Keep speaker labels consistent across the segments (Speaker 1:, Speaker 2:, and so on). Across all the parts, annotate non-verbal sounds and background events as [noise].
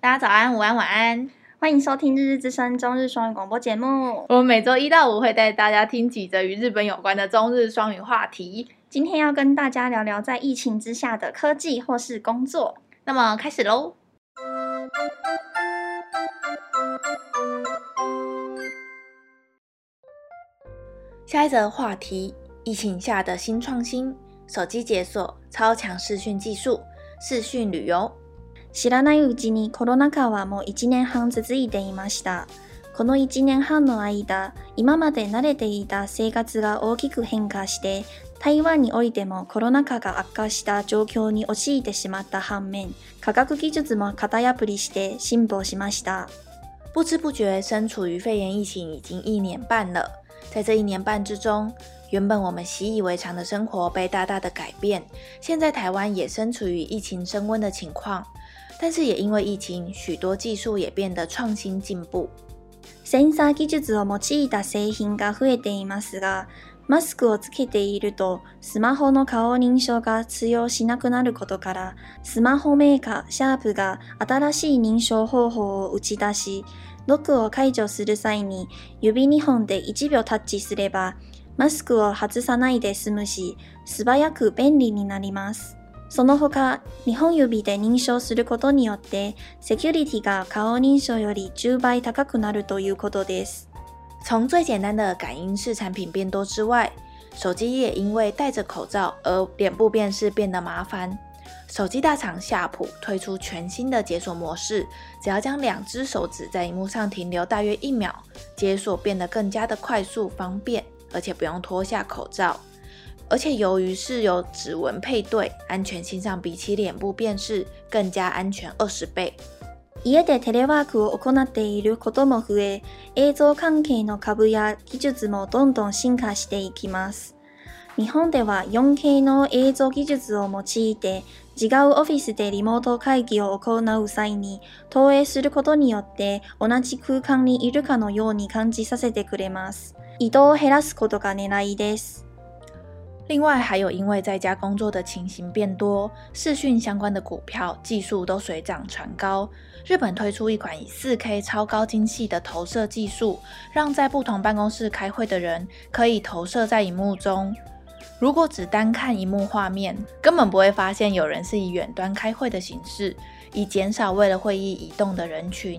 Speaker 1: 大家早安、午安、晚安。
Speaker 2: 欢迎收听《日日之声》中日双语广播节目。
Speaker 1: 我们每周一到五会带大家听几则与日本有关的中日双语话题。
Speaker 2: 今天要跟大家聊聊在疫情之下的科技或是工作。
Speaker 1: 那么开始喽。
Speaker 3: 下一则话题：疫情下的新创新，手机解锁、超强视讯技术、视讯旅游。
Speaker 2: 知らないうちにコロナ禍はもう1年半続いていました。この1年半の間、今まで慣れていた生活が大きく変化して、台湾においてもコロナ禍が悪化した状況に陥ってしまった反面、科学技術も型破りして進歩しました。
Speaker 3: 不知不觉身处于肺炎疫情已经一年半了。在这一年半之中，原本我们习以为常的生活被大大的改变。现在台湾也身处于疫情升温的情况，但是也因为疫情，许多技术也变得创新进步。
Speaker 2: センサー技術を用いた製品が増えていますが、マスクをつけているとスマホの顔認証が通用しなくなることから、スマホメーカーシャープが新しい認証方法を打ち出し、ロックを解除する際に指2本で1秒タッチすれば、マスクを外さないで済むし、素早く便利になります。その他、2本指で認証することによって、セキュリティが顔認証より10倍高くなるということです。
Speaker 3: 从最简单的感应式产品变多之外，手机也因为戴着口罩而脸部辨识变得麻烦。手机大厂夏普推出全新的解锁模式，只要将两只手指在荧幕上停留大约一秒，解锁变得更加的快速方便，而且不用脱下口罩。而且由于是由指纹配对，安全性上比起脸部辨识更加安全二十倍。
Speaker 2: 家でテレワークを行っていることも増え、映像関係の株や技術もどんどん進化していきます。日本では 4K の映像技術を用いて、違うオフィスでリモート会議を行う際に、投影することによって同じ空間にいるかのように感じさせてくれます。移動を減らすことが狙いです。
Speaker 3: 另外，还有因为在家工作的情形变多，视讯相关的股票技术都水涨船高。日本推出一款以 4K 超高精细的投射技术，让在不同办公室开会的人可以投射在荧幕中。如果只单看荧幕画面，根本不会发现有人是以远端开会的形式，以减少为了会议移动的人群。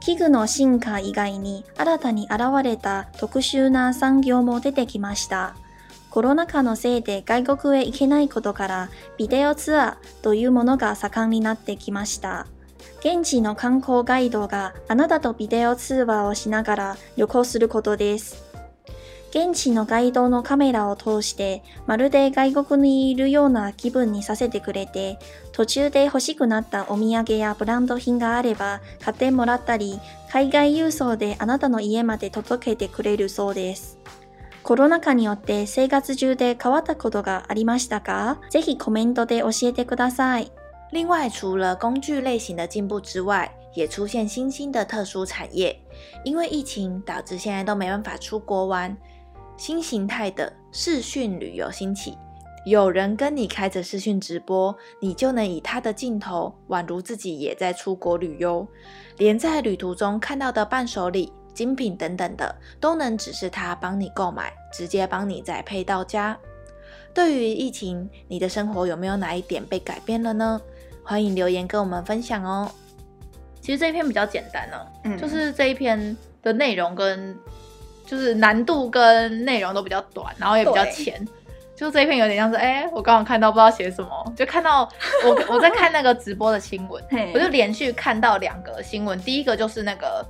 Speaker 2: 器具の進化以外に新たに現れた特殊な産業も出てきました。コロナ禍のせいで外国へ行けないことからビデオツアーというものが盛んになってきました。現地の観光ガイドがあなたとビデオ通話をしながら旅行することです。現地のガイドのカメラを通してまるで外国にいるような気分にさせてくれて途中で欲しくなったお土産やブランド品があれば買ってもらったり、海外郵送であなたの家まで届けてくれるそうです。コロナ禍によって生活中で変わったことがありましたかぜひコメントで教えてください。
Speaker 3: 另外，除了工具类型的进步之外，也出现新兴的特殊产业。因为疫情导致现在都没办法出国玩，新形态的视讯旅游兴起，有人跟你开着视讯直播，你就能以他的镜头宛如自己也在出国旅游，连在旅途中看到的伴手礼、精品等等的，都能指示他帮你购买，直接帮你再配到家。对于疫情，你的生活有没有哪一点被改变了呢？欢迎留言跟我们分享哦。
Speaker 1: 其实这一篇比较简单哦，
Speaker 2: 嗯
Speaker 1: 就是这一篇的内容跟就是难度跟内容都比较短，然后也比较
Speaker 2: 对
Speaker 1: 浅。就这一篇有点像是，哎、我刚好看到不知道写什么，就看到我我在看那个直播的新闻，我就连续看到两个新闻。第一个就是那个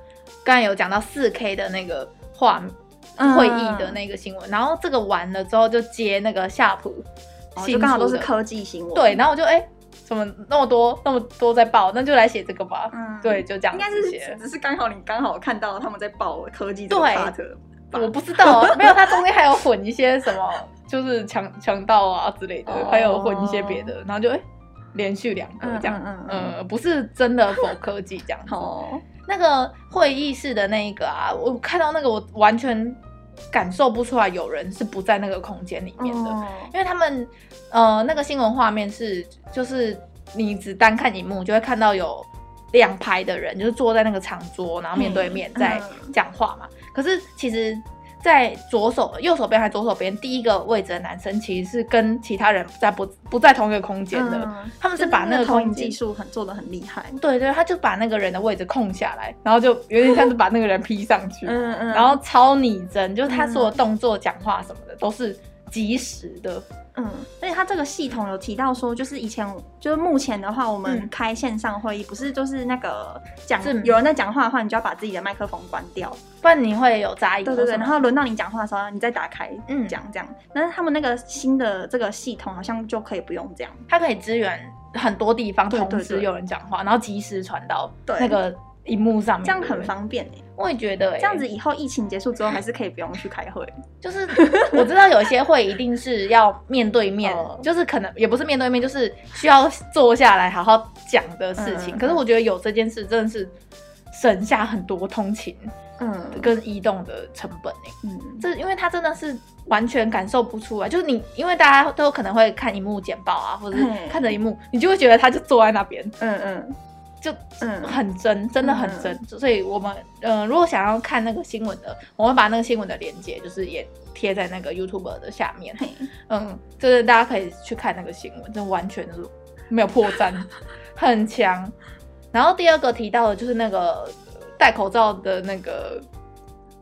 Speaker 1: 刚才有讲到四 K 的那个画
Speaker 2: 嗯
Speaker 1: 会议的那个新闻，然后这个完了之后就接那个夏普
Speaker 2: 哦
Speaker 1: 新出的，
Speaker 2: 就刚好都是科技新闻。
Speaker 1: 对，然后我就哎、怎么那么多那么多在报，那就来写这个吧。
Speaker 2: 嗯
Speaker 1: 对，，就这样
Speaker 2: 应该
Speaker 1: 子
Speaker 2: 是
Speaker 1: 写。
Speaker 2: 只是刚好你刚好看到他们在报科技这个
Speaker 1: 对
Speaker 2: part 吧
Speaker 1: 我不知
Speaker 2: [laughs]
Speaker 1: 道啊，没有，它中间还有混一些什么，就是强强盗啊之类的，
Speaker 2: 哦
Speaker 1: 还有混一些别的，然后就哎、连续两个这样。
Speaker 2: 嗯嗯
Speaker 1: 呃，不是真的否科技这样子。
Speaker 2: 好，
Speaker 1: 那个会议室的那一个啊，我看到那个我完全感受不出来有人是不在那个空间里面的，
Speaker 2: 哦
Speaker 1: 因为他们呃那个新闻画面是就是你只单看荧幕就会看到有
Speaker 3: 两排的人，就是坐在那个长桌，然后面对面在讲话嘛。
Speaker 2: 嗯
Speaker 3: 可是其实，在左手、右手边还左手边第一个位置的男生，其实是跟其他人在不不在同一个空间的。
Speaker 2: 嗯
Speaker 3: 他们是把
Speaker 2: 就
Speaker 3: 那个
Speaker 2: 投
Speaker 3: 空
Speaker 2: 影
Speaker 3: 间
Speaker 2: 技术很做的很厉害，
Speaker 3: 对对，他就把那个人的位置空下来，然后就有点像是把那个人 P 上去，
Speaker 2: 嗯嗯
Speaker 3: 然后超拟真，就是他所有动作、讲话什么的都是及时的。
Speaker 2: 嗯，而且它这个系统有提到说，就是以前就是目前的话，我们
Speaker 3: 嗯
Speaker 2: 开线上会议不是就是那个讲
Speaker 3: 是
Speaker 2: 有人在讲话的话，你就要把自己的麦克风关掉，
Speaker 3: 不然你会有杂音或
Speaker 2: 对
Speaker 3: 什么。
Speaker 2: 对对，然后轮到你讲话的时候，你再打开
Speaker 3: 嗯
Speaker 2: 讲这样。但是他们那个新的这个系统好像就可以不用这样，
Speaker 3: 它可以支援很多地方，
Speaker 2: 对对
Speaker 3: 同时
Speaker 2: 对
Speaker 3: 有人讲话，然后及时传到
Speaker 2: 对
Speaker 3: 那个荧幕上面，
Speaker 2: 这样
Speaker 3: 对不对
Speaker 2: 很。方便欸
Speaker 3: 我也觉得、欸，
Speaker 2: 这样子以后疫情结束之后，还是可以不用去开会。
Speaker 3: 就是我知道有一些会一定是要面对
Speaker 2: [laughs]
Speaker 3: 面
Speaker 2: 哦，
Speaker 3: 就是可能也不是面对面，就是需要坐下来好好讲的事
Speaker 2: 嗯
Speaker 3: 情。
Speaker 2: 嗯
Speaker 3: 可是我觉得有这件事真的是省下很多通勤
Speaker 2: 嗯
Speaker 3: 跟移动的成本欸诶、
Speaker 2: 嗯，
Speaker 3: 这因为它真的是完全感受不出来，就是你因为大家都可能会看荧幕简报啊，或者是
Speaker 2: 嗯
Speaker 3: 看着荧幕，你就会觉得他就坐在那边，
Speaker 2: 嗯嗯
Speaker 3: 就
Speaker 2: 嗯
Speaker 3: 很真，真的很真。所以我们呃，如果想要看那个新闻的，我会把那个新闻的链接，就是也贴在那个 YouTube 的下面。
Speaker 2: 嘿，
Speaker 3: 嗯，就是大家可以去看那个新闻，这完全就是没有破
Speaker 2: [laughs]
Speaker 3: 绽，很强。然后第二个提到的就是那个呃戴口罩的那个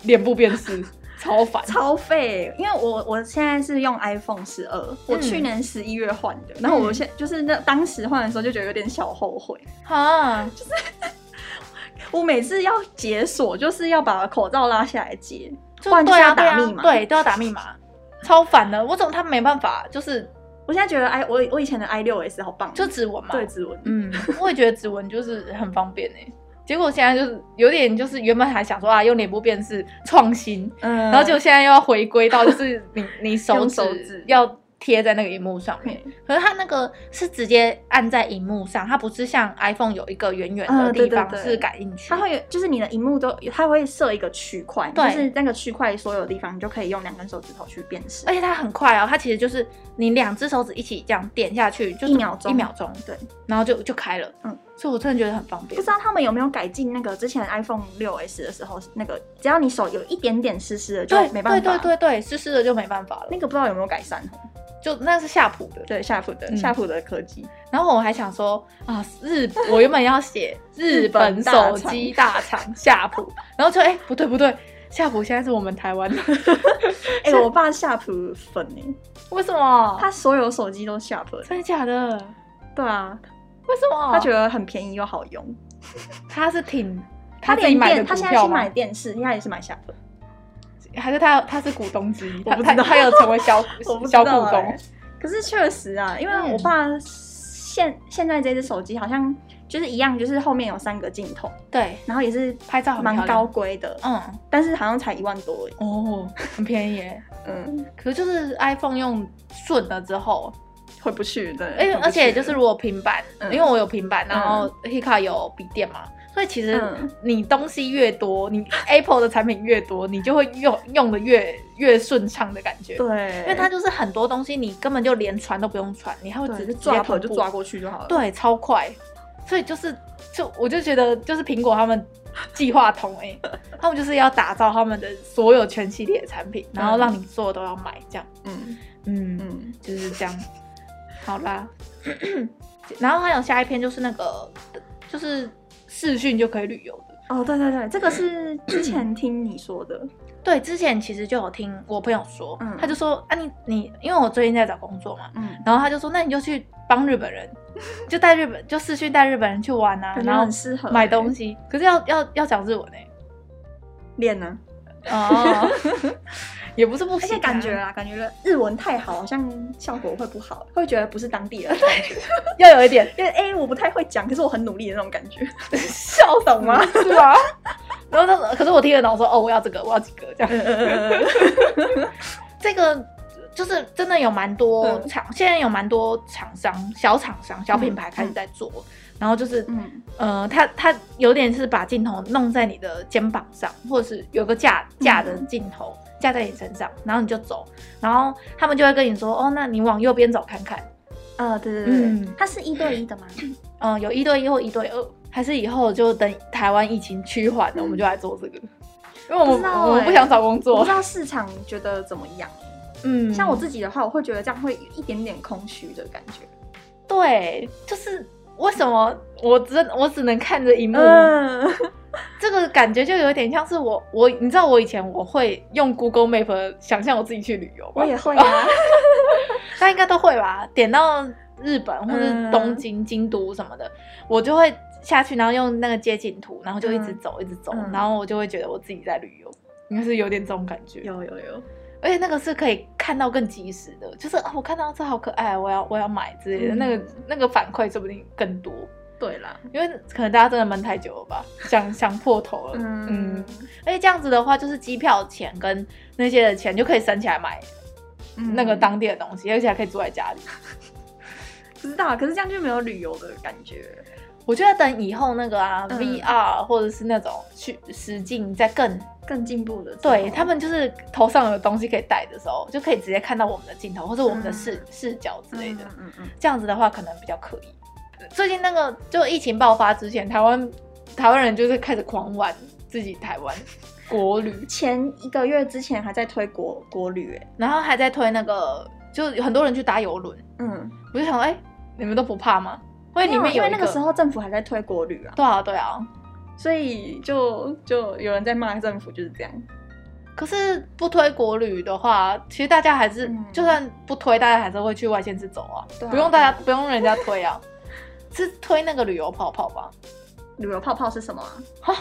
Speaker 3: 脸部辨识，超烦。
Speaker 2: 超费，因为我我现在是用 iPhone 十
Speaker 3: 嗯
Speaker 2: 二，我去年十一月换的，然后我现就是那当时换的时候就觉得有点小后悔，
Speaker 3: 哈，
Speaker 2: 我每次要解锁就是要把口罩拉下来解，
Speaker 3: 就
Speaker 2: 不然就
Speaker 3: 对
Speaker 2: 是
Speaker 3: 啊，对
Speaker 2: 要打
Speaker 3: 啊
Speaker 2: 密码。
Speaker 3: 对，都要打密码，超烦的。我怎么他没办法，就是
Speaker 2: 我现在觉得 i 我我以前的 i 六 s 好棒，
Speaker 3: 就指纹嘛，
Speaker 2: 对指纹，
Speaker 3: 嗯，我也觉得指纹就是很方便哎、结果现在就是有点就是原本还想说啊，用脸部辨识创新，
Speaker 2: 嗯
Speaker 3: 然后就现在又要回归到就是
Speaker 2: [laughs]
Speaker 3: 你你手
Speaker 2: 用
Speaker 3: 指
Speaker 2: 手指
Speaker 3: 要贴在那个荧幕上面，
Speaker 2: 嘿
Speaker 3: 可是它那个是直接按在荧幕上，它不是像 iPhone 有一个圆圆的
Speaker 2: 嗯对
Speaker 3: 地方
Speaker 2: 对对
Speaker 3: 是感应区，
Speaker 2: 它会有，就是你的荧幕都，它会设一个区块，就
Speaker 3: 对
Speaker 2: 是那个区块所有地方，你就可以用两根手指头去辨识
Speaker 3: 而。且它很快哦，它其实就是你两只手指一起这样点下去，就
Speaker 2: 一秒钟
Speaker 3: 一秒钟，
Speaker 2: 对，
Speaker 3: 然后就就开了，
Speaker 2: 嗯，
Speaker 3: 所以我真的觉得很方便
Speaker 2: 不知，道他们有没有改进那个之前 iPhone 六 S 的时候，那个只要你手有一点点湿湿的，就
Speaker 3: 对，
Speaker 2: 没办法。
Speaker 3: 对对对对，湿湿的就没办法了，
Speaker 2: 那个不知道有没有改善哦。
Speaker 3: 就那是夏普的，
Speaker 2: 对，夏普的、
Speaker 3: 嗯
Speaker 2: 夏普的科技，
Speaker 3: 然后我还想说啊，日我原本要写日本手机大厂夏普，然后就哎、不对不对，夏普现在是我们台湾的，
Speaker 2: 哎、我爸夏普粉哎、
Speaker 3: 为什么？
Speaker 2: 他所有手机都夏普的。
Speaker 3: 真的假的？
Speaker 2: 对啊，
Speaker 3: 为什么？
Speaker 2: 他觉
Speaker 3: 得
Speaker 2: 得很便宜又好用。
Speaker 3: 他是挺
Speaker 2: 他
Speaker 3: 自己
Speaker 2: 连
Speaker 3: 买的
Speaker 2: 电，他
Speaker 3: 股
Speaker 2: 现在
Speaker 3: 票
Speaker 2: 去
Speaker 3: 吗
Speaker 2: 买？电视，应该也是买夏普。
Speaker 3: 还是他他是股东之一？
Speaker 2: 我不
Speaker 3: 他
Speaker 2: 知道
Speaker 3: 他他有成为小
Speaker 2: [laughs] 我不知
Speaker 3: 小
Speaker 2: 道
Speaker 3: 股东嗯
Speaker 2: 欸。可是确实啊，因为我爸现、现在这只手机好像就是一样，就是后面有三个镜头，
Speaker 3: 对，
Speaker 2: 然后也是
Speaker 3: 拍照很漂
Speaker 2: 蛮
Speaker 3: 亮
Speaker 2: 高规的，
Speaker 3: 嗯，
Speaker 2: 但是好像才一万多而已。
Speaker 3: 哦，很便宜耶。
Speaker 2: 嗯，
Speaker 3: 可是就是 iPhone 用顺了之后，
Speaker 2: 回不去对，
Speaker 3: 而且
Speaker 2: 回不去
Speaker 3: 而且哎就是嗯如果平板，
Speaker 2: 嗯
Speaker 3: 因为我有平板，然后 Hika 有笔电嘛，所以其实
Speaker 2: 嗯
Speaker 3: 你东西越多，你 [laughs] Apple 的产品越多，你就会用用的越越顺畅的感觉。
Speaker 2: 对，
Speaker 3: 因为它就是很多东西你根本就连传都不用传，你还会
Speaker 2: 对
Speaker 3: 只
Speaker 2: 就是抓头就抓，过去就好了。，
Speaker 3: 对，超快。所以就是就我就觉得就是苹果他们计划通哎、
Speaker 2: [laughs]
Speaker 3: 他们就是要打造他们的所有全系列的产品，然后让你所有都要买这样，
Speaker 2: 嗯
Speaker 3: 嗯
Speaker 2: 嗯，
Speaker 3: 就是这样。好啦， [clears throat] 然后还有下一篇就是那个，就是视讯就可以旅游的。
Speaker 2: 哦，对对对，这个是之前听你说的，
Speaker 3: 对，之前其实就有听我朋友说，
Speaker 2: 嗯
Speaker 3: 他就说啊你你，因为我最近在找工作嘛，
Speaker 2: 嗯，
Speaker 3: 然后他就说那你就去帮日本人，就带日本就视讯带日本人去玩啊，
Speaker 2: [laughs] 感觉
Speaker 3: 然后
Speaker 2: 很适合
Speaker 3: 买东西，可是要要要讲日文哎、
Speaker 2: 练呢，
Speaker 3: 哦， [laughs] 也不是不
Speaker 2: 而
Speaker 3: 行、
Speaker 2: 且
Speaker 3: 啊，
Speaker 2: 感觉啊，感觉日文太好，好像效果会不好，会觉得不是当 [laughs] 地人，
Speaker 3: 要有一点
Speaker 2: 因为哎，我不太会讲，可是我很努力的那种感 [laughs] 觉，
Speaker 3: 笑懂
Speaker 2: [laughs] 吗？
Speaker 3: [laughs] 是吧？然后他说，可是我听得懂，我说哦，我要这个，我要几个这
Speaker 2: 嗯
Speaker 3: 样。 [laughs] 这个就是真的有蛮多
Speaker 2: 嗯
Speaker 3: 厂，现在有蛮多厂商、小厂商、小品牌开始在做，然后就是，
Speaker 2: 嗯
Speaker 3: 呃，它它有点是把镜头弄在你的肩膀上，或者是有个架架的
Speaker 2: 嗯
Speaker 3: 镜头。架在你身上，然后你就走，然后他们就会跟你说，哦，那你往右边走看看，
Speaker 2: 啊，对对
Speaker 3: 嗯
Speaker 2: 对，它是一对一的吗？
Speaker 3: 嗯，有一对一或一对二，还是以后就等台湾疫情趋缓了，我们就来做这个，因为我
Speaker 2: 不
Speaker 3: 们、
Speaker 2: 知道
Speaker 3: 我们
Speaker 2: 欸
Speaker 3: 嗯不想找工
Speaker 2: 我不
Speaker 3: 作
Speaker 2: 知。道市场觉得怎么样。
Speaker 3: 嗯
Speaker 2: 像我自己的话，我会觉得这样会有一点点空虚的感觉。
Speaker 3: 对，就是为什么我只我只能看着荧幕，
Speaker 2: 嗯，
Speaker 3: 这个感觉就有点像是我我你知道我以前我会用 Google Map 想象我自己去旅游吧，
Speaker 2: 我也会啊。
Speaker 3: 大家应该都会吧？点到日本或是东京、京都什么的，我就会下去，然后用那个街景图，然后就一直走，一直走，
Speaker 2: 嗯
Speaker 3: 然后我就会觉得我自己在旅游，应该是有点这种感觉。
Speaker 2: [laughs] 有有有，
Speaker 3: 而且那个是可以看到更及时的，就是啊，我看到这好可爱，我要我要买之类的，
Speaker 2: 嗯
Speaker 3: 那个那个反馈说不定更多，
Speaker 2: 对啦，
Speaker 3: 因为可能大家真的闷太久了吧，想想破头了，
Speaker 2: 嗯
Speaker 3: 而且这样子的话，就是机票钱跟那些的钱就可以省起来买
Speaker 2: 嗯
Speaker 3: 那个当地的东西，而且还可以住在家里。
Speaker 2: 不知道，可是这样就没有旅游的感觉。
Speaker 3: 我觉得等以后那个啊、
Speaker 2: 嗯
Speaker 3: VR 或者是那种去实境再更
Speaker 2: 更进步的，
Speaker 3: 对他们就是头上有东西可以戴的时候，就可以直接看到我们的镜头或者我们的视、视角之类的。
Speaker 2: 嗯嗯
Speaker 3: 这样子的话，可能比较可以。最近那个就疫情爆发之前，台湾台湾人就是开始狂玩自己台湾国
Speaker 2: [laughs]
Speaker 3: 旅，
Speaker 2: 前一个月之前还在推国国旅、欸，
Speaker 3: 然后还在推那个，就有很多人去搭游轮。
Speaker 2: 嗯，
Speaker 3: 我就想说，哎、你们都不怕吗？因为里面
Speaker 2: 啊因
Speaker 3: 有
Speaker 2: 为
Speaker 3: 一
Speaker 2: 那个时，候政府还在推国旅啊，
Speaker 3: 对啊对啊，
Speaker 2: 所以就就有人在骂政府就是这样，
Speaker 3: 可是不推国旅的话，其实大家还是、
Speaker 2: 嗯
Speaker 3: 就算不推，大家还是会去外县市走啊，
Speaker 2: 对啊
Speaker 3: 不用大家不用人家推
Speaker 2: [laughs]
Speaker 3: 啊，是推那个旅游泡泡吧？
Speaker 2: 旅游泡泡是什么、啊？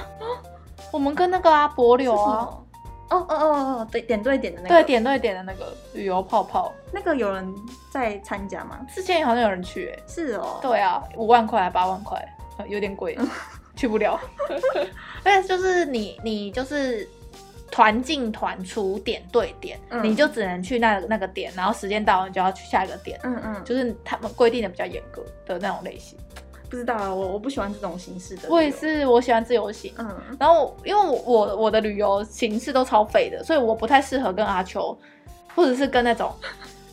Speaker 3: 我们跟那个啊博
Speaker 2: 是
Speaker 3: 流
Speaker 2: 什
Speaker 3: 啊，
Speaker 2: 么？哦哦哦哦，对，点对点的那个，
Speaker 3: 对点对点的那个旅游泡泡，
Speaker 2: 那个有人在参加吗？
Speaker 3: 之前好像有人去、欸，
Speaker 2: 是哦，，
Speaker 3: 对啊，五万块还八万块，呃有点贵，去不 [laughs] 了。而且就是你你就是团进团出点对点，
Speaker 2: 嗯
Speaker 3: 你就只能去那那个点，然后时间到了你就要去下一个点，
Speaker 2: 嗯嗯，就
Speaker 3: 就是他们规定的比较严格的那种类型。
Speaker 2: 不知道啊，我我不喜欢这种形式的，
Speaker 3: 我也，是，我喜欢自由行。
Speaker 2: 嗯
Speaker 3: 然后因为我我我的旅游形式都超废的，所以我不太适合跟阿秋，或者是跟那种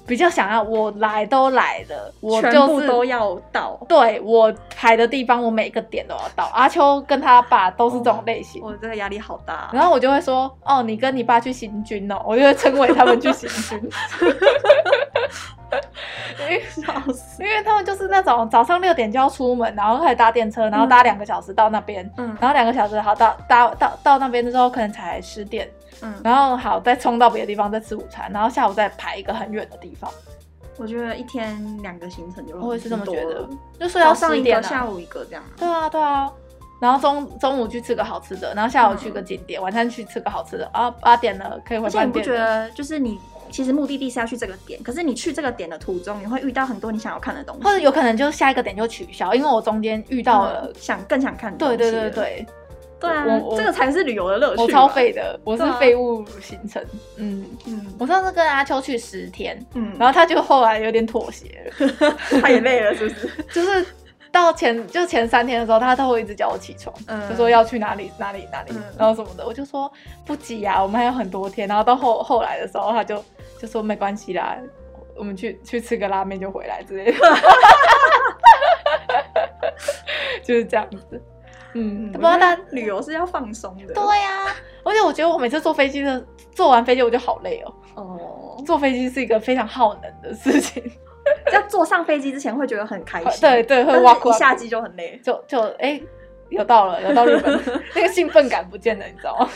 Speaker 3: 比较想要我来都来的，我就是
Speaker 2: 全部都要到，
Speaker 3: 对我排的地方，我每个点都要到。阿秋跟他爸都是这种类型，
Speaker 2: 我这个压力好大啊、
Speaker 3: [laughs] 然后我就会说，哦，你跟你爸去行军哦，我就会称为他们去行
Speaker 2: [laughs]
Speaker 3: 军，因为
Speaker 2: 笑死，
Speaker 3: 因为他们就是那种早上六点就要出门，然后开始搭电车，然后搭两个小时到那边，
Speaker 2: 嗯
Speaker 3: 然后两个小时好到搭到到那边的时候可能才十点，
Speaker 2: 嗯，
Speaker 3: 然后好再冲到别的地方再吃午餐，然后下午再排一个很远的地方，
Speaker 2: 我觉得一天两个行程就
Speaker 3: 我也是这么觉
Speaker 2: 很多
Speaker 3: 得
Speaker 2: 了，
Speaker 3: 就睡到
Speaker 2: 早上
Speaker 3: 十
Speaker 2: 一
Speaker 3: 点、
Speaker 2: 个，
Speaker 3: 啊，
Speaker 2: 下午一个这样啊。
Speaker 3: 对啊，对啊。然后中中午去吃个好吃的，然后下午去个景点，晚上去吃个好吃的，啊八点了可以回
Speaker 2: 嗯而且
Speaker 3: 饭
Speaker 2: 你不
Speaker 3: 店
Speaker 2: 觉
Speaker 3: 了。
Speaker 2: 得，就是你其实目的地是要去这个点，可是你去这个点的途中，你会遇到很多你想要看的东西，
Speaker 3: 或者有可能就下一个点就取消，因为我中间遇到了。
Speaker 2: 嗯想更想看的东
Speaker 3: 对
Speaker 2: 西。
Speaker 3: 对对，对，我
Speaker 2: 对啊，
Speaker 3: 我
Speaker 2: 这个才是旅游的乐趣。
Speaker 3: 我超，废的，我是
Speaker 2: 对啊
Speaker 3: 废物行程。嗯，
Speaker 2: 嗯
Speaker 3: 我上次跟阿秋去十天，
Speaker 2: 嗯，
Speaker 3: 然后他就后来有点妥协了，
Speaker 2: [laughs] 后他也累了，是不是？
Speaker 3: [laughs] 就是到前就前三天的时候，他都会一直叫我起床，
Speaker 2: 嗯
Speaker 3: 就说要去哪里哪里哪里
Speaker 2: 嗯，
Speaker 3: 然后什么的，我就说不急啊，我们还有很多天。然后到后后来的时候，他就就说没关系啦，我们去去吃个拉面就回来之类的， [laughs] 就是这样子。嗯，不知道大
Speaker 2: 我觉得旅游是要放松的。
Speaker 3: 对呀、而且我觉得我每次坐飞机的，坐完飞机我就好累哦。
Speaker 2: 哦，
Speaker 3: 坐飞机是一个非常耗能的事情，
Speaker 2: 要坐上飞机之前会觉得很开心，
Speaker 3: [laughs] 对对，会
Speaker 2: 但是
Speaker 3: 哇哇
Speaker 2: 一下机就很累。
Speaker 3: 就就哎、有到了，有到日
Speaker 2: [laughs]
Speaker 3: 本，那个兴奋感不见了，你知道吗？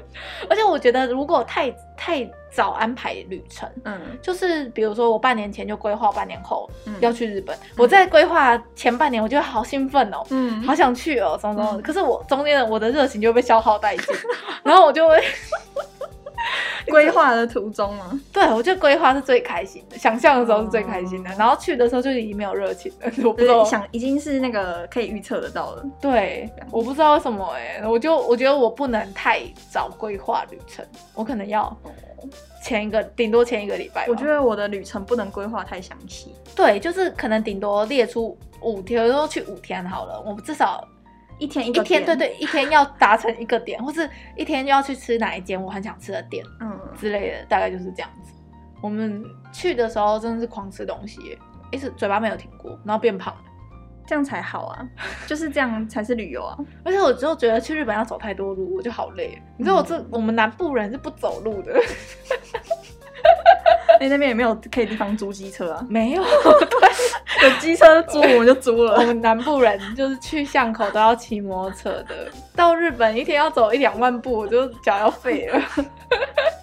Speaker 3: [laughs] 而且我觉得，如果太太早安排旅程，
Speaker 2: 嗯
Speaker 3: 就是比如说我半年前就规划半年后
Speaker 2: 嗯
Speaker 3: 要去日本，我在规划前半年，我觉得好兴奋哦。
Speaker 2: 嗯
Speaker 3: 好想去哦，什么什么的，
Speaker 2: 嗯
Speaker 3: 可是我中间的我的热情就被消耗殆尽， [laughs] 然后我就会， [laughs]
Speaker 2: [laughs] 规划的途中吗？
Speaker 3: 对我觉得规划是最开心的，想象的时候是最开心的，然后去的时候就已经没有热情了，我不
Speaker 2: 就
Speaker 3: 知道
Speaker 2: 是哦想已经是那个可以预测得到了。
Speaker 3: 对，我不知道为什么哎、我就我觉得我不能太早规划旅程，我可能要
Speaker 2: 哦
Speaker 3: 前一个顶多前一个礼拜吧。
Speaker 2: 我觉得我的旅程不能规划太详细。
Speaker 3: 对，就是可能顶多列出五天，比如说去五天好了，我至少
Speaker 2: 一天一
Speaker 3: 一
Speaker 2: 个
Speaker 3: 天对
Speaker 2: 点，
Speaker 3: 对一天要达成一个点， [laughs] 或是一天要去吃哪一间我很想吃的店
Speaker 2: 嗯，
Speaker 3: 之类的，大概就是这样子。我们去的时候真的是狂吃东西欸、一直嘴巴没有停过，然后变胖了。
Speaker 2: 这样才好 [laughs] 啊，就是这样才是旅游 [laughs] 啊。
Speaker 3: 而且我就觉得去日本要走太多路，我就好累。你知道我这、
Speaker 2: 嗯
Speaker 3: 我们南部人是不走路的，
Speaker 2: 哎，那边也没有可以地方租机车啊，
Speaker 3: 没有，
Speaker 2: [laughs] 有机车租我们就租
Speaker 3: 我
Speaker 2: 了。
Speaker 3: 们南部人就是去巷口都要骑摩托车的。到日本一天要走一两万步，我就脚要废了。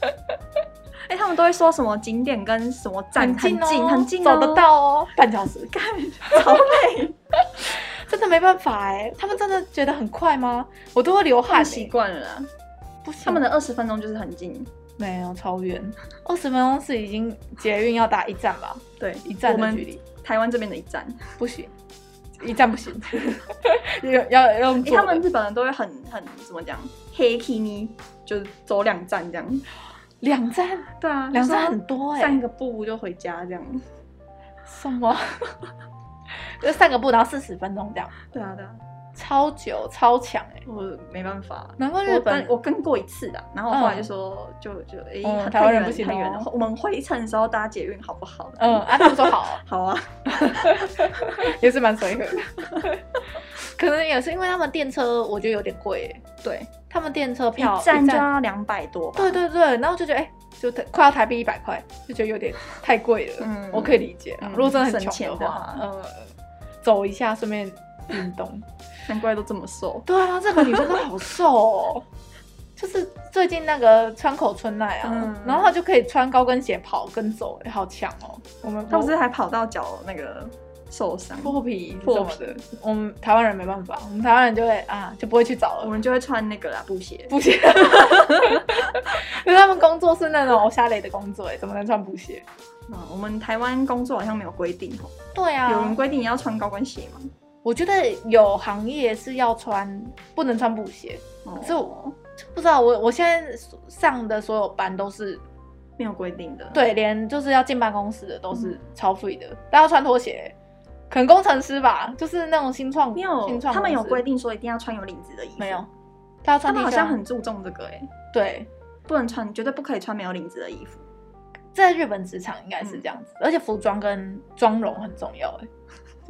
Speaker 2: [laughs] 哎，他们都会说什么景点跟什么站
Speaker 3: 近
Speaker 2: 近
Speaker 3: 哦，
Speaker 2: 很近哦，
Speaker 3: 走得到哦，半小时，
Speaker 2: [laughs]
Speaker 3: 干，
Speaker 2: 好累，
Speaker 3: [laughs] 真的没办法哎、他们真的觉得很快吗？我都会流汗、欸
Speaker 2: 太习，惯了啦。
Speaker 3: 不行，
Speaker 2: 他们的二十分钟就是很近，
Speaker 3: 没有超远，二十分钟是已经捷运要打一站吧，
Speaker 2: 对，
Speaker 3: 一站
Speaker 2: 我
Speaker 3: 的
Speaker 2: 们
Speaker 3: 距离
Speaker 2: 台湾这边的一站。
Speaker 3: 不行，一站不行， [laughs] 要要用
Speaker 2: 哎、
Speaker 3: 坐的
Speaker 2: 他们日本人都会很很怎么讲，黑 k i n 就是走两站这样。
Speaker 3: 两站，
Speaker 2: 对啊，
Speaker 3: 两
Speaker 2: 就是
Speaker 3: 站很多哎、
Speaker 2: 散个步就回家这样。
Speaker 3: 什么？ [laughs] 就散个步，然后四十分钟这样，
Speaker 2: 对啊对啊，
Speaker 3: 超久超强哎、
Speaker 2: 我没办法。
Speaker 3: 难怪日
Speaker 2: 我
Speaker 3: 本
Speaker 2: 跟我跟过一次的，然后后来就说、就就哎、
Speaker 3: 嗯
Speaker 2: 很
Speaker 3: 台湾人
Speaker 2: 太
Speaker 3: 不行
Speaker 2: 远太远
Speaker 3: 哦
Speaker 2: 了。我们回程的时候搭捷运好不好？
Speaker 3: 嗯，啊，他们说
Speaker 2: [laughs]
Speaker 3: 好，
Speaker 2: 好啊，
Speaker 3: 也是蛮随和的。 [laughs] 可能也是因为他们电车，我觉得有点贵欸，
Speaker 2: 对，
Speaker 3: 他们电车
Speaker 2: 一
Speaker 3: 票
Speaker 2: 站就要两百多吧。
Speaker 3: 对对对，然后就觉得哎、就快要台币一百块，就觉得有点太贵了。
Speaker 2: 嗯
Speaker 3: 我可以理解啦、
Speaker 2: 嗯
Speaker 3: 如果真的很
Speaker 2: 省钱
Speaker 3: 穷
Speaker 2: 的
Speaker 3: 话
Speaker 2: 话，
Speaker 3: 呃，走一下顺便运动。
Speaker 2: 难怪都这么瘦。
Speaker 3: 对啊，这个女生都好瘦 [laughs] 哦。就是最近那个川口春奈啊，
Speaker 2: 嗯
Speaker 3: 然后她就可以穿高跟鞋跑跟走，哎好强哦！我们
Speaker 2: 他不是还跑到脚那个受伤，
Speaker 3: 破皮
Speaker 2: 破
Speaker 3: 什么的，我们台湾人没办 [laughs] 法，我们台湾人就会啊就不会去找
Speaker 2: 我
Speaker 3: 了，
Speaker 2: 们就会穿那个啦布鞋。
Speaker 3: 布鞋。因为他们工作是那种虾雷的工作，哎，怎么能穿布鞋？
Speaker 2: 嗯，我们台湾工作好像没有规定哦，
Speaker 3: 对啊，
Speaker 2: 有人规定你要穿高跟鞋吗？
Speaker 3: 我觉得有行业是要穿，不能穿布鞋。
Speaker 2: 哦
Speaker 3: 可是我不知道，我我现在所上的所有班都是，
Speaker 2: 没有规定的。，
Speaker 3: 对，连就是要进办公室的都是
Speaker 2: 嗯
Speaker 3: 超 free 的，大家穿拖鞋。可能工程师吧，就是那种新创，
Speaker 2: 没有
Speaker 3: 新，创
Speaker 2: 他们有规
Speaker 3: 定
Speaker 2: 定说一定要穿有领子的衣服。
Speaker 3: 没有，，大家
Speaker 2: 他
Speaker 3: 穿 T 恤啊
Speaker 2: 们好像很注重这个哎、
Speaker 3: 对，
Speaker 2: 不能穿，绝对不可以穿没有领子的衣服。
Speaker 3: 在日本职场应该
Speaker 2: 嗯
Speaker 3: 是这样子，而且服装跟妆容很重要，哎，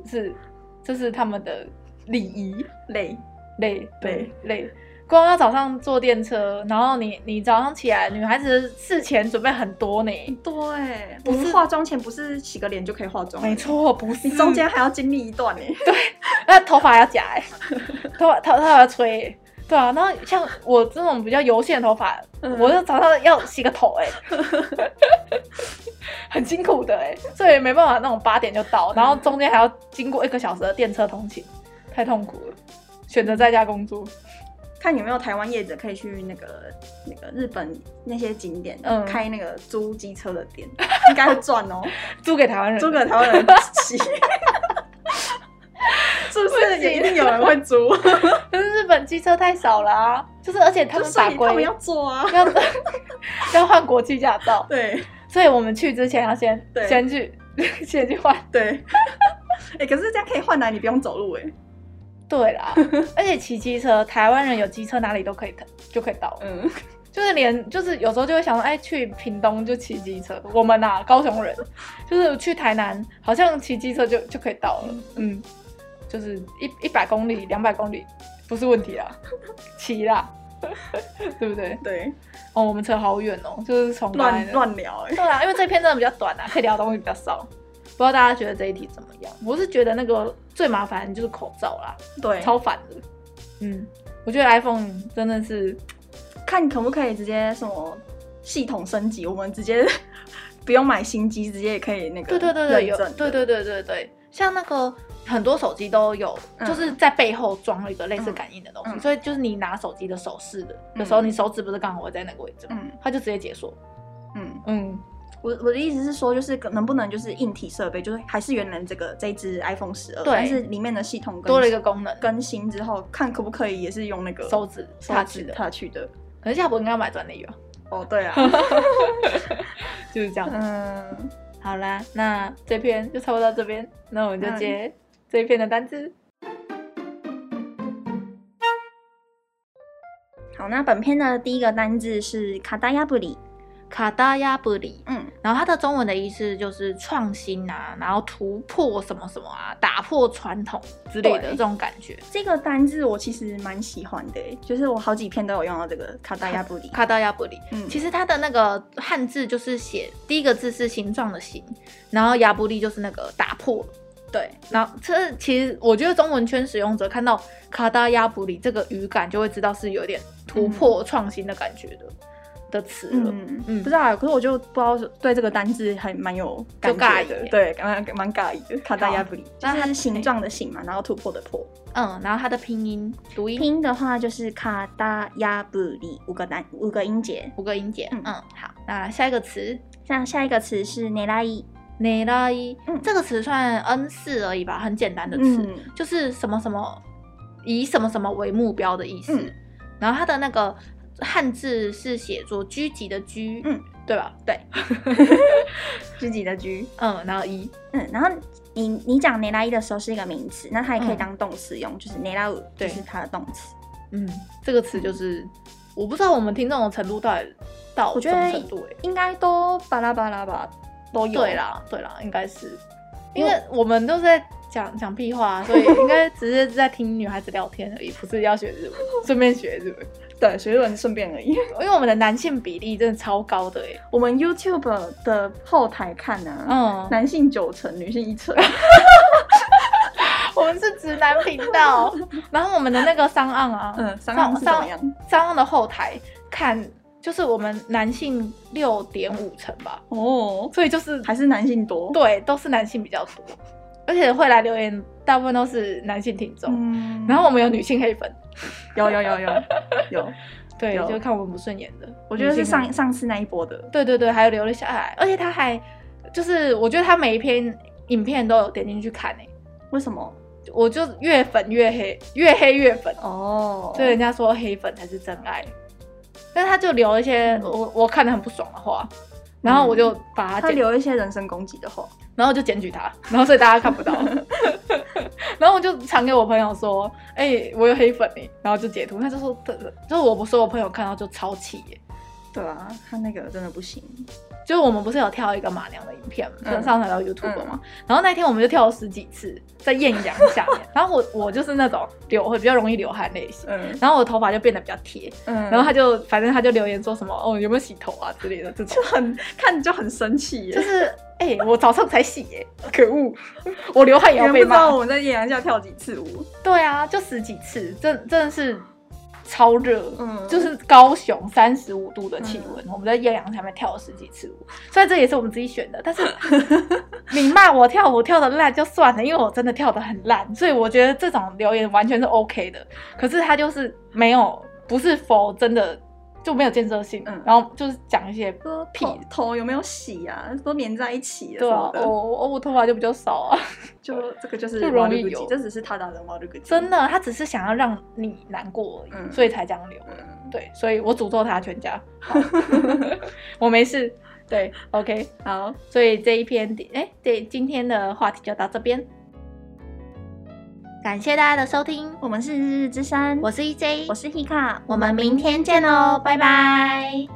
Speaker 3: 就是这是他们的礼仪。
Speaker 2: 累，
Speaker 3: 累，
Speaker 2: 对
Speaker 3: 累。光要早上坐电车，然后你你早上起来，女孩子事前准备很多呢。
Speaker 2: 对，
Speaker 3: 不
Speaker 2: 我
Speaker 3: 是
Speaker 2: 们化妆前不是洗个脸就可以化妆，
Speaker 3: 没，错，不是
Speaker 2: 你中间还要经历一段哎、
Speaker 3: 那头发要夹
Speaker 2: [laughs]
Speaker 3: 哎、头发头头发要吹、欸，对啊。然后像我这种比较油性的头发，
Speaker 2: 嗯
Speaker 3: 我就早上要洗个头哎、
Speaker 2: [laughs]
Speaker 3: 很辛苦的哎、所以没办法那种八点就
Speaker 2: 嗯
Speaker 3: 到，然后中间还要经过一个小时的电车通勤，太痛苦了。选择在家工作，
Speaker 2: [laughs] 看有没有台湾业者可以去那个那个日本那些景点、
Speaker 3: 嗯
Speaker 2: 开那个租机车的店， [laughs] 应该会赚
Speaker 3: [laughs]
Speaker 2: 哦，
Speaker 3: 租给台湾人，
Speaker 2: 租给台湾人骑。 [laughs] 是不是也一定有人会
Speaker 3: [laughs]
Speaker 2: 租？
Speaker 3: 可是日本机车太少了啊，就是而且他
Speaker 2: 就
Speaker 3: 们
Speaker 2: 是
Speaker 3: 法
Speaker 2: 他
Speaker 3: 规
Speaker 2: 们要做啊。
Speaker 3: 要 [laughs] 要换国际驾照，
Speaker 2: 对
Speaker 3: 所以我们去之前要先
Speaker 2: 对
Speaker 3: 先去 [laughs] 先去换。
Speaker 2: 对， [laughs] 哎、可是这样可以换来你不用走路哎、
Speaker 3: 对
Speaker 2: [laughs]
Speaker 3: 啦，而且骑机车，台湾人有机车哪里都可以就可以到了，
Speaker 2: 嗯，
Speaker 3: 就是连就是有时候就会想说，哎，去屏东就骑机车，我们啊高雄人就是去台南，好像骑机车就就可以到了，嗯，就是一一百公里、两百公里不是问题啊，骑啦， [laughs] 对不对？
Speaker 2: 对，
Speaker 3: 哦，我们扯好远哦，就是从刚才
Speaker 2: 乱
Speaker 3: 的。
Speaker 2: 乱聊哎、
Speaker 3: 对啊，因为这篇真的比较短啊，可以聊的东西比较少。不知道大家觉得这一题怎么样？我是觉得那个最麻烦就是口罩啦，
Speaker 2: 对，
Speaker 3: 超烦的。哎嗯，我觉得 iPhone 真的是
Speaker 2: 看可不可以直接什么系统升级，我们直接 [laughs] 不用买新机，直接也可以那个
Speaker 3: 对对对对
Speaker 2: 认
Speaker 3: 有
Speaker 2: 证
Speaker 3: 对对对对对，像那个很多手机都有，
Speaker 2: 嗯
Speaker 3: 就是在背后装了一个类似感应的东西，
Speaker 2: 嗯嗯
Speaker 3: 所以就是你拿手机的手势的，有时候你手指不是刚好会在那个位置吗？
Speaker 2: 嗯
Speaker 3: 它就直接解锁。
Speaker 2: 嗯，
Speaker 3: 嗯，
Speaker 2: 我我的意思是说，就是能不能就是硬体设备，就是还是原来这个这一只 iPhone 十二，
Speaker 3: 对
Speaker 2: 但是里面的系统更
Speaker 3: 多了一个功能，
Speaker 2: 更新之后，看可不可以也是用那个
Speaker 3: 手指
Speaker 2: 手
Speaker 3: 插
Speaker 2: 指
Speaker 3: 指的。
Speaker 2: touch 的。
Speaker 3: 可是下博应该要买专利吧？
Speaker 2: 哦，对啊，
Speaker 3: [laughs] 就是这样。
Speaker 2: 嗯，
Speaker 3: 好啦，那嗯这篇就差不多到这边，那我们就接这一篇的单字。
Speaker 2: 好，那本片的第一个单字是卡达亚布里，
Speaker 3: 卡达亚布里，
Speaker 2: 嗯，
Speaker 3: 然后它的中文的意思就是创新啊，然后突破什么什么啊，打破传统之类的
Speaker 2: 对
Speaker 3: 这种感觉。
Speaker 2: 这个单字我其实蛮喜欢的、就是我好几篇都有用到这个卡达亚布里。
Speaker 3: 卡到亚布里，
Speaker 2: 嗯
Speaker 3: 其实它的那个汉字就是写第一个字是形状的形，然后亚布力就是那个打破。
Speaker 2: 对，
Speaker 3: 然后这其实我觉得中文圈使用者看到卡达亚布里这个语感，就会知道是有点突破创新的感觉的、的词了。
Speaker 2: 嗯
Speaker 3: 嗯
Speaker 2: 嗯，不知道啊，可是我就不知道对这个单字还蛮有感
Speaker 3: 就尬
Speaker 2: 觉
Speaker 3: 意
Speaker 2: 的，对，蛮蛮尬意的。卡达亚布里，就
Speaker 3: 那它
Speaker 2: 是哎形状的形嘛，然后突破的破。
Speaker 3: 嗯，然后它的拼音读音
Speaker 2: 拼的话就是卡达亚布里五个单五个音节。
Speaker 3: 五个音节。嗯
Speaker 2: 嗯
Speaker 3: 好，那下一个词
Speaker 2: 那下一个词是内拉伊，
Speaker 3: n 拉伊
Speaker 2: 嗯
Speaker 3: 这个词算 N 四而已吧，很简单的词。
Speaker 2: 嗯，
Speaker 3: 就是什么什么以什么什么为目标的意思。
Speaker 2: 嗯
Speaker 3: 然后它的那个汉字是写作“居集”的“居”，
Speaker 2: 嗯，
Speaker 3: 对吧？对，
Speaker 2: 自己的居。
Speaker 3: 嗯，然后一，
Speaker 2: 嗯，然后你你讲内拉伊的时候是一个名词，那它也可以
Speaker 3: 嗯
Speaker 2: 当动词用，就是内拉乌
Speaker 3: 对
Speaker 2: 就是它的动词。
Speaker 3: 嗯，这个词就是我不知道我们听众的程度到底到什
Speaker 2: 我觉得
Speaker 3: 么程度、欸，
Speaker 2: 应该都巴拉巴拉吧，都有。
Speaker 3: 对，啦，对啦，应该是，因
Speaker 2: 因为
Speaker 3: 为我们都是在讲讲屁话，啊所以应该只是在听女孩子聊天而已，不是要学
Speaker 2: [laughs]
Speaker 3: 日文，顺便学日文。
Speaker 2: 对，学日文顺便而已。
Speaker 3: 因为我们的男性比例真的超高的哎、欸，
Speaker 2: [laughs] 我们 YouTube 的后台看呢、啊，
Speaker 3: 嗯，
Speaker 2: 男性九成，女性一 [laughs] 成。
Speaker 3: 我们是直男频道，然后我们的那个商岸啊，
Speaker 2: 嗯，上岸是怎么样？
Speaker 3: 商岸的后台看，就是我们男性六点五成吧，
Speaker 2: 哦，
Speaker 3: 所以就是
Speaker 2: 还是男性多。，
Speaker 3: 对，都是男性比较多，而且会来留言，大部分都是男性听众。
Speaker 2: 嗯
Speaker 3: 然后我们有女性黑粉，
Speaker 2: 有有有有 [laughs] 有，
Speaker 3: 对，
Speaker 2: 有
Speaker 3: 就看我们不顺眼的，
Speaker 2: 我觉得是
Speaker 3: 女性黑
Speaker 2: 上上次那一波的。
Speaker 3: 对对对，还有留了下来，而且他还就是，我觉得他每一篇影片都有点进去看欸诶、
Speaker 2: 为什么？
Speaker 3: 我就越粉越黑，越黑越粉。
Speaker 2: 哦
Speaker 3: 所以人，家说黑粉才是真爱，但是他就留一些、
Speaker 2: 嗯
Speaker 3: 我我看的很不爽的话，然后我就把他
Speaker 2: 他
Speaker 3: 剪，
Speaker 2: 留一些人身攻击的话，
Speaker 3: 然后就检举他，然后所以大家看不到， [laughs] 然后我就传给我朋友说，哎、我有黑粉哎、然后就截图，他就说，就是我不说，我朋友看到就超气耶、
Speaker 2: 对啊，他那个真的不行。
Speaker 3: 就是我们不是有跳一个马娘的影片嘛，
Speaker 2: 嗯
Speaker 3: 上传到 YouTube 嘛，然后那天我们就跳了十几次，在艳阳下
Speaker 2: [laughs]
Speaker 3: 面，然后我我就是那种流会比较容易流汗类型，
Speaker 2: 嗯
Speaker 3: 然后我头发就变得比较贴，
Speaker 2: 嗯，
Speaker 3: 然后他就反正他就留言说什么哦有没有洗头啊之类的这种
Speaker 2: 就，很看 [laughs] 就很生气耶，
Speaker 3: 就是哎、我早上才洗耶、可恶，我流汗也
Speaker 2: 你
Speaker 3: 要
Speaker 2: 们不
Speaker 3: 被
Speaker 2: 知道
Speaker 3: 骂。
Speaker 2: 我们在艳阳下跳几次舞。
Speaker 3: 对啊，就十几次，真真的是超热，
Speaker 2: 嗯
Speaker 3: 就是高雄三十五度的气温，我们在艳阳下面跳了十几次舞，虽然这也是我们自己选的，但是 [laughs] 你骂我跳舞跳的烂就算了，因为我真的跳的很烂，所以我觉得这种留言完全是 OK 的，可是他就是没有，不是否真的。就没有建设性，
Speaker 2: 嗯
Speaker 3: 然后就是讲一些
Speaker 2: 说
Speaker 3: 屁
Speaker 2: 头头有没有洗啊？都粘在一起了
Speaker 3: 对
Speaker 2: 什
Speaker 3: 啊
Speaker 2: 么，的，
Speaker 3: 我我我头发就比较少啊，
Speaker 2: 就这个就是
Speaker 3: 就容易
Speaker 2: 瓦鲁古吉
Speaker 3: 有
Speaker 2: 这只是他打人挖这个
Speaker 3: 真
Speaker 2: 的。
Speaker 3: 的，他只是想要让你难过而已，
Speaker 2: 嗯
Speaker 3: 所以才这样留。
Speaker 2: 嗯
Speaker 3: 对，所以我诅咒他全家，
Speaker 2: [laughs]
Speaker 3: 好我没事。对，OK，
Speaker 2: 好，
Speaker 3: 所以这一篇，哎，对，今天的话题就到这边，感谢大家的收听，
Speaker 2: 我们是日日之山，
Speaker 3: 我是 E EJ，
Speaker 2: 我是 Hika，
Speaker 3: 我们明天见哦，拜拜。